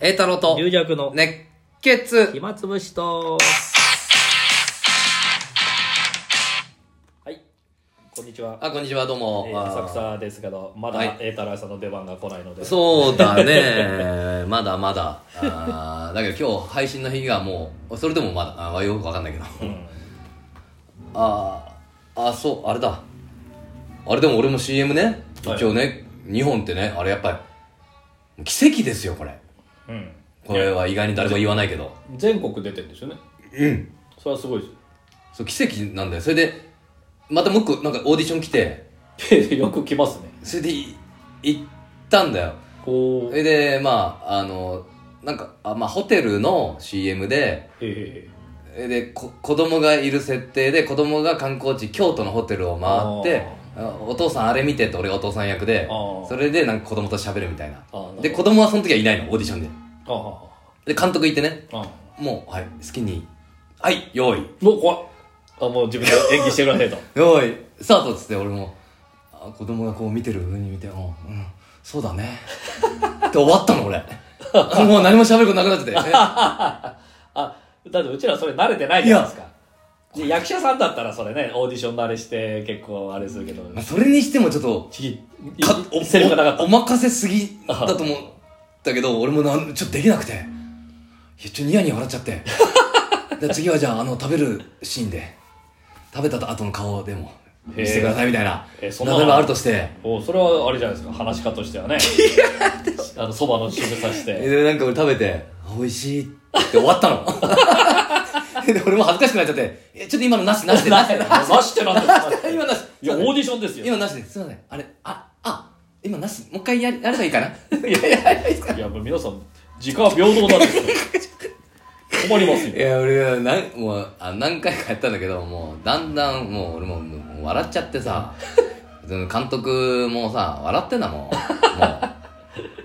栄太郎と龍弱の熱血暇つぶしとはいこんにちは、あこんにちはどうも、えーあー浅草ですけどまだはい栄太郎さんの出番が来ないのでそうだ ねまだまだあーだけど今日配信の日がもうそれでもまだあーよくわかんないけどうん、あーあそうあれだあれでも俺も CM ねはい一応ね、日2本ってねあれやっぱり奇跡ですよこれうん、これは意外に誰も言わないけど全国出てるんですよねうんそれはすごいでそう奇跡なんだよそれでまたもう一個なんかオーディション来てすよよく来ますねそれでい行ったんだよこそうえれでまああのなんかあ、まあ、ホテルの CM でえでこ子供がいる設定で子供が観光地京都のホテルを回ってあお父さんあれ見てって俺がお父さん役であーそれでなんか子供と喋るみたいなあーなるほどで子供はその時はいないのオーディションでああで監督行ってねああもうはい好きにはい用意もう怖っあもう自分で演技してくださいと用意スタートっつって俺もあ子供がこう見てる風に見てもう、うん、そうだねって終わった の俺もう何も喋ることなくなっててえ あだってうちらそれ慣れてないじゃないですかで役者さんだったらそれねオーディション慣れして結構あれするけどまあそれにしてもちょっとちかおセリフがなかったおお任せすぎだと思ったけど俺もなんちょっとできなくていやちょっとニヤニヤ笑っちゃって で次はじゃああの食べるシーンで食べた後の顔でも見せてくださいみたいなへーえそんなの例えばあるとしておそれはあれじゃないですか話し家としてはねあのそばの仕草しえてでなんか俺食べてあ美味しいって終わった ので俺も恥ずかしくなっちゃってえちょっと今のなしなしでなしでなしてなんですか今なしいやオーディションですよ今なしですいませんあれああ今なしもう一回ややればいいかないやもう皆さん時間は平等なんですよ困りますいよや俺はなんもうあ何回かやったんだけどもうだんだんもう俺ももうもう笑っちゃってさその監督もさ笑ってんだもんも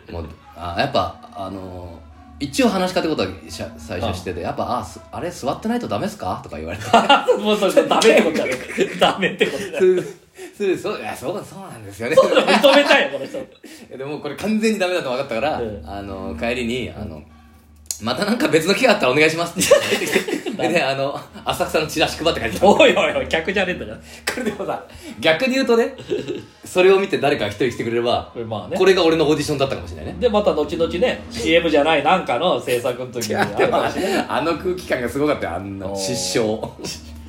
うもうあやっぱあの一応話し方ってことはしゃ最初しててやっぱあすあれ座ってないとダメですかとか言われてもうそれダメってことじゃないダメってことじゃない そうそうそういやそうそうなんですよね認めたいよこの人 でもこれ完全にダメだと分かったから、うんあの帰りにあのまたなんか別の機会あったらお願いしますって 言ってであの浅草のチラシ配って書いてあるおいおいおい客じゃねえんだからこれでもさ逆に言うとねそれを見て誰か一人来てくれればこれまあねこれが俺のオーディションだったかもしれないねでまた後々ね CM じゃないなんかの制作の時にあるかもしれないあの空気感がすごかったよあのおー失笑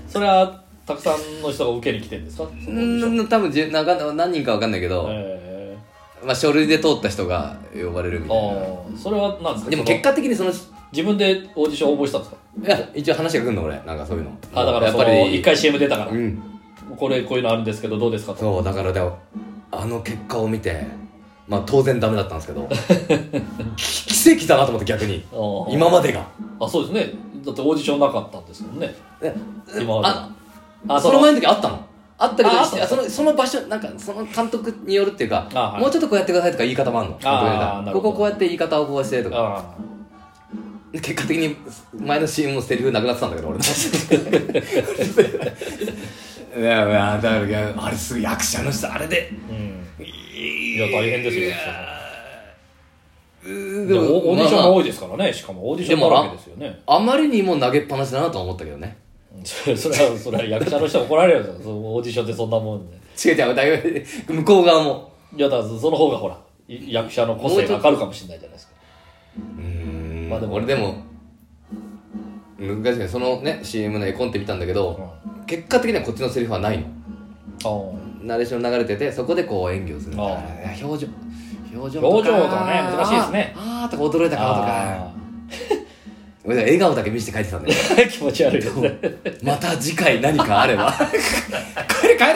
それはたくさんの人が受けに来てるんですかそのオーうディションん多分じゅなんか何人か分かんないけど、えまあ、書類で通った人が呼ばれるみえたいなああそれは何ですかでも結果的にそのい自分でオーディション応募したんですかや一応話が来るの俺なんかそういうのあだからやっそぱのり一回 CM 出たからうんこれこういうのあるんですけどどうですかとそうだからでもあの結果を見てまあ当然ダメだったんですけ どき奇跡だなと思って逆にあー今までがあそうですねだってオーディションなかったんですもんねえ今まであはあその前の時あったのあったけどああしったそのその場所なんかその監督によるっていうか、あはいもうちょっとこうやってくださいとか言い方もあるの監督によるからこなるほどここうやって言い方をこうしてとかあで結果的に前の CM もセリフなくなってたんだけど俺のいやいやだからあれすぐ役者の人あれでーうんいや大変ですよやーでもオーディションがまあま多いですからねしかもオーディションだらけですよねああまりにも投げっぱなしだなとは思ったけどねうんそれそれはそれは役者の人怒られるんですよそのオーディションってそんなもんで違う違うだいぶ向こう側もいやだからその方がほらい役者の個性がわかるかもしれないじゃないですかうんまあでも俺でも難しいねそのね CM の絵コンテ見たんだけうんど、結果的にはこっちのセリフはないのあナレーション流れててそこでこう演技をするみたいあないや表情表情表情とかね難しいですねあーあーとか驚いた顔とかあ俺笑顔だけ見せて書いてた んだよー気持ち悪いですねまた次回何かあれ ば帰れ帰れ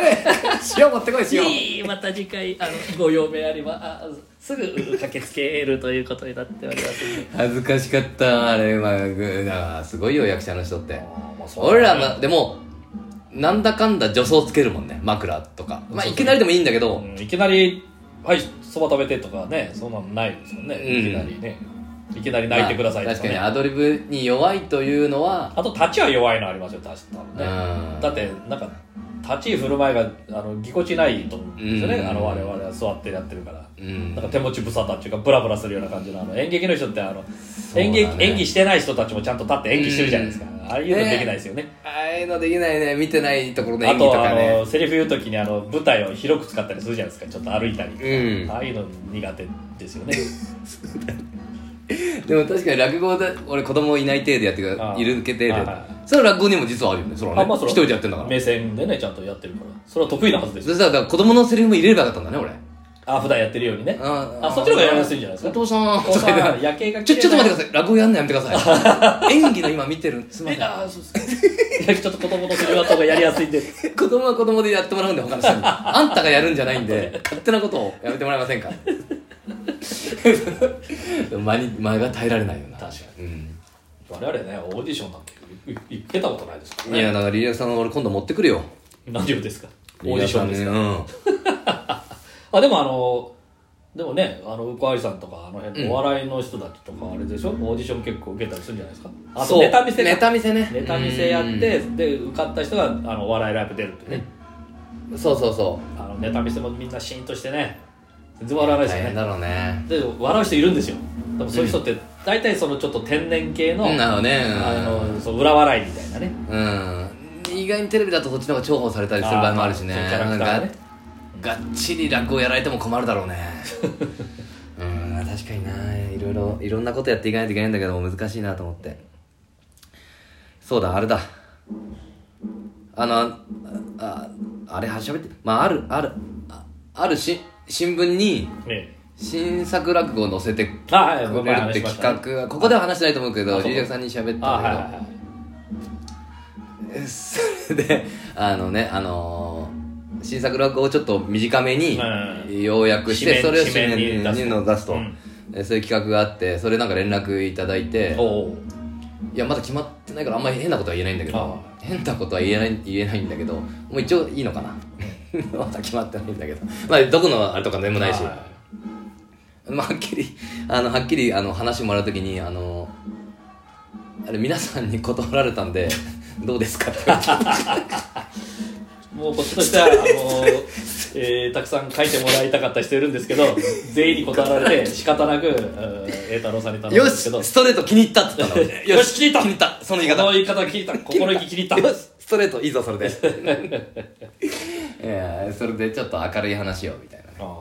塩持ってこい塩いいまた次回あのご用命ありばあすぐ駆けつけるということになっております恥ずかしかったあれはぐだからすごいよ役者の人ってまあそう俺らのでもなんだかんだ助走つけるもんね枕とかまあそうそういきなりでもいいんだけどうんいきなり「はいそば食べて」とかねそんなのないですもんね、んいきなりねいきなり泣いてくださいまあとか確かにね、あ、アドリブに弱いというのはと立ちは弱いのありますよ確かにね、うんだってなんか立ち居振る舞いがあのぎこちないと思うんですよね、うんあの我々は座ってやってるからうんなんか手持ち無沙汰っていうかブラブラするような感じのあの演劇の人ってあの、うだね演劇演技してない人たちもちゃんと立って演技してるじゃないですか、うああいうのできないですよねああいうのできないね見てないところのあ演技ととあかねのセリフ言う時にあの舞台を広く使ったりするじゃないですかちょっと歩いたり、うんああいうの苦手ですよねでも確かに落語で俺子供いない程度やってるああいるけ程度はいはいそれは落語にも実はあるよねそれはねあまあそ一れ人はでやってんだから目線でねちゃんとやってるからそれは得意なはずですそしたらだから子供のセリフも入れればよかったんだね俺あ普段やってるようにねああそっちの方がやりやすいんじゃないですおか父さんお父さん夜景 がちょちょっと待ってくください落語やんのやめてくださ い演技の今見てるすみまえあーそうですかちょっと子供のセリフの方がやりやすいんでせ ん子供は子供でやってもらうんで他の人 にあんたがやるんじゃないんで勝手なことをやめてもらえません か間に間が耐えられないよな確かうんに我々ねオーディションなんていい行けたことないですからいやねだからリリアクさん俺今度持ってくるよ何をですかオーディションですかかあでもあのでもねあのウコアリさんとかあの辺のお笑いの人たちとかあれでしょ、オーディション結構受けたりするんじゃないですかあとネタ見せかネタ見せねネタ見せやってで受かった人があのお笑いライブ出るってね、うんそうそうそあのネタ見せもみんなシーンとしてね全然笑わうないで大変すよね、だろうねで笑う人いるんですよでもそういう人って大体そのちょっと天然系の,、うんなるほどねうんあのそう裏笑いみたいなねうん意外にテレビだとそっちの方が重宝されたりする場合もあるしねあーキャラクターがねががっちり落語やられても困るだ ろうねうん確かにないろいろいろんなことやっていかないといけないんだけど難しいなと思ってそうだあれだあのあああれはしゃべってまああるあるああるし新聞にえ新作落語を載せてえあはいく僕れがるっ話てしま企したね画はここでは話してないと思うけどあそう龍尺さんに喋っあたはんいだはけいどはいそれであのねあのー新作落語をちょっと短めにうん要約し紙て面それを紙面紙面に出すにの出すとうんえそういう企画があってそれなんか連絡いただいておういやまだ決まってないからあんまり変なことは言えないんだけどあ変なことは言えない言えないんだけどもう一応いいのかな まだ決まってないんだけどまあどこのあれとかでもないしはまあ、はっきりあのはっきりあの話もらうときにあのあれ皆さんに断られたんでどうですかって言われてもうこっちとしてはあの、えーたくさん書いてもらいたかった人いるんですけど全員に断られ て仕方なくえー栄太郎さんに頼んだよんでしすけどストレート気に入ったって言ったのよよし気に入った気に入ったその言いこ方の言い方聞いた心意気気に入ったよしストレートいいぞそれで いやそれでちょっと明るい話をみたいなねあ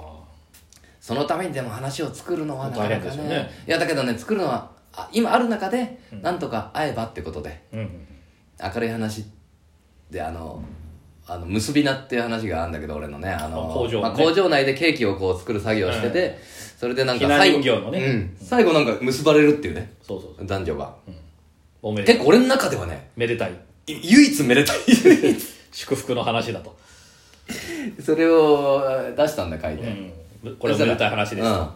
そのためにでも話を作るのはなかな大変かですねよねいやだけどね作るのはあ今ある中でなんとか会えばってことで、ーうん明るい話であのあの結びなっていう話があるんだけど俺のねあのあ工場のねまあ、工場内でケーキをこう作る作業をしてて、それでなんかひな人形最後のねうん、最後なんか結ばれるっていうねそうそうそう男女が、おめで結たい構俺の中ではねめでたいい唯一めでたい祝福の話だと、 それを出したんだ書いて、うん、これはめでたい話です、うん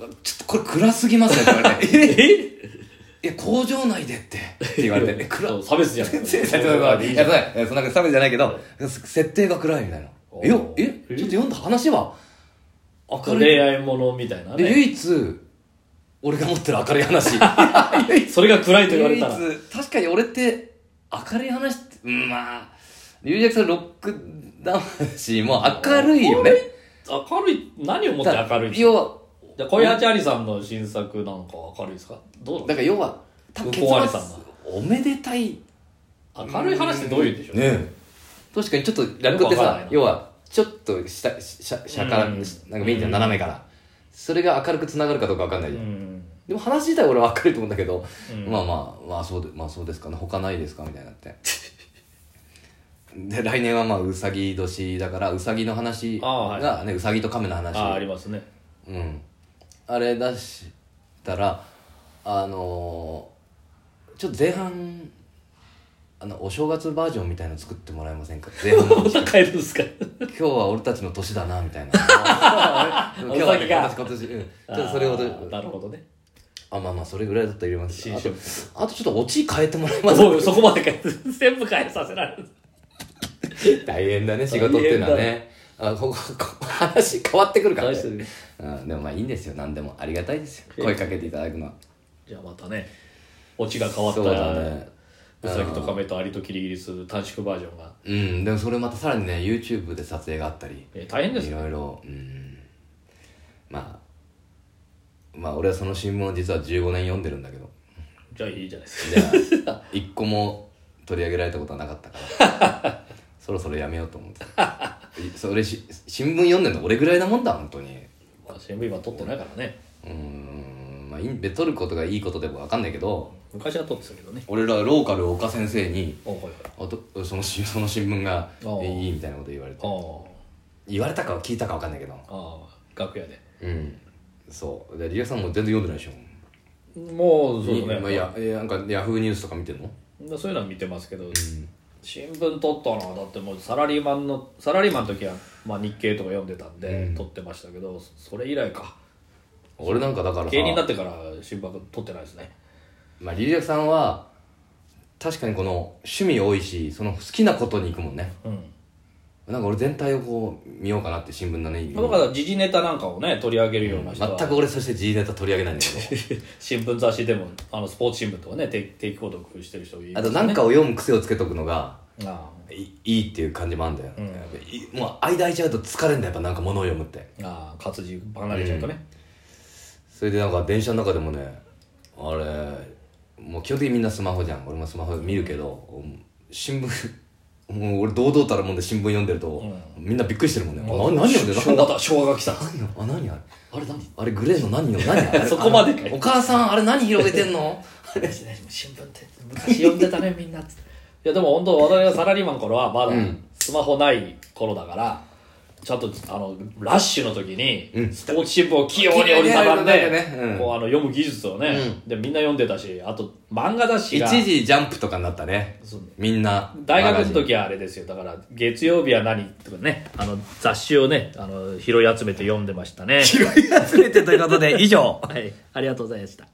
ちょっとこれ暗すぎますねって言わ れてえいや工場内でってって言われてえ暗っそう差別じゃないいやそうそういやそういやそんなこと冷めじゃないけど、設定が暗いみたいな。おえよ、えちょっえと読んだ話は明るい。恋愛ものみたいなで、ね唯一、俺が持ってる明るい話。 唯一それが暗いと言われたら唯一確かに俺って、明るい話って、うんまあ、リュウジャクさんロックダウンだし、もう明るいよね。明るい何をもって明るいんですか要は、じゃあ小八有さんの新作なんかは明るいですかどうなのだから要は、た向結こうありさん末おめでたい明るい話ってどういうんでしょうね確かにちょっと落語ってよくわからさないな要はちょっと下下下からうんなんか見えてる斜めからそれが明るくつながるかどうかわかんないじうゃんんでも話自体俺は明るいと思うんだけどうんまあまあまあそうでまあそうですかね他ないですかみたいになって で来年はまあうさぎ年だからうさぎの話ああはいがねうさぎと亀の話あありますねうん、あれ出したらあのーちょっと前半あのお正月バージョンみたいなの作ってもらえませんか前半 のまた変えるんですか今日は俺たちの年だなみたい な今日はお先が今年今年、うん、ちょっとそれあをーなるほどねあまあまあそれぐらいだったら入れます新あと色あとちょっとオチ変えてもらえますおいそこまで変える全部変えさせられる大変だね仕事っていうのは大ねあここここ話変わってくるからね変わってうん、でもまあいいんですよ何でもありがたいですよ声かけていただくのはじゃあまたねオチが変わったそうだねうさぎと亀とアリとキリギリス短縮バージョンが、うんでもそれまたさらにね YouTube で撮影があったりえー大変ですいよろいろうんまあまあ俺はその新聞を実は15年読んでるんだけどじゃあいいじゃないですじゃ あ一個も取り上げられたことはなかったから そろそろやめようと思ってたいそれし新聞読んでるの俺ぐらいなもんだ本当にか、まあ、新聞今撮ってないからねうーんまあいいで取ることがいいことでも分かんないけど昔は撮ってたけどね俺らローカル岡先生におはいはいあとそのしその新聞があーいいみたいなこと言われてあー言われたか聞いたか分かんないけどあー楽屋でうんそうでリアさんも全然読んでないでしょもうそうだね、まあ、いやえなんかヤフーニュースとか見てるのでそういうのは見てますけど、新聞撮ったのはだってもうサラリーマンのサラリーマンの時は、まあ、日経とか読んでたんで、うん撮ってましたけどそれ以来か俺なんかだからさ芸人になってから新聞撮ってないですねまあ、リリアさんは確かにこの趣味多いしその好きなことに行くもんねうんなんか俺全体をこう見ようかなって新聞だねだから時事ネタなんかをね取り上げるような人は、全く俺そして G ネタ取り上げないんだけど 新聞雑誌でもあのスポーツ新聞とかね定定期購読してる人いるあとなんかを読む癖をつけとくのがあいいいっていう感じもあるんだよ、うんやっぱいもう間空いちゃうと疲れんだやっぱなんか物を読むってーあー活字離れちゃうとね、それでなんか電車の中でもねあれもう基本的にみんなスマホじゃん俺もスマホ見るけどうん新聞 もう俺堂々たるもんで新聞読んでると、みんなびっくりしてるもんね、あな何読んでる昭の和だ昭和が来た何よあ何あれあれ何あれグレーの何よ何あ れそこまでかいあれお母さんあれ何広げてん の 新聞って昔読んでたねみんなっつっていやでも本当我々がサラリーマンの頃はまだんスマホない頃だから、ちゃんとあのラッシュの時にうんスポーツ新聞を器用に折りたたん器用に折りでたたんでねうんこうあの読む技術をね、でみんな読んでたしあと漫画雑誌一が時ジャンプとかになったねそうみんな大学の時はあれですよだから月曜日は何とかねあの雑誌をねあの拾い集めて読んでましたね、 拾い集めてということで以上はい、ありがとうございました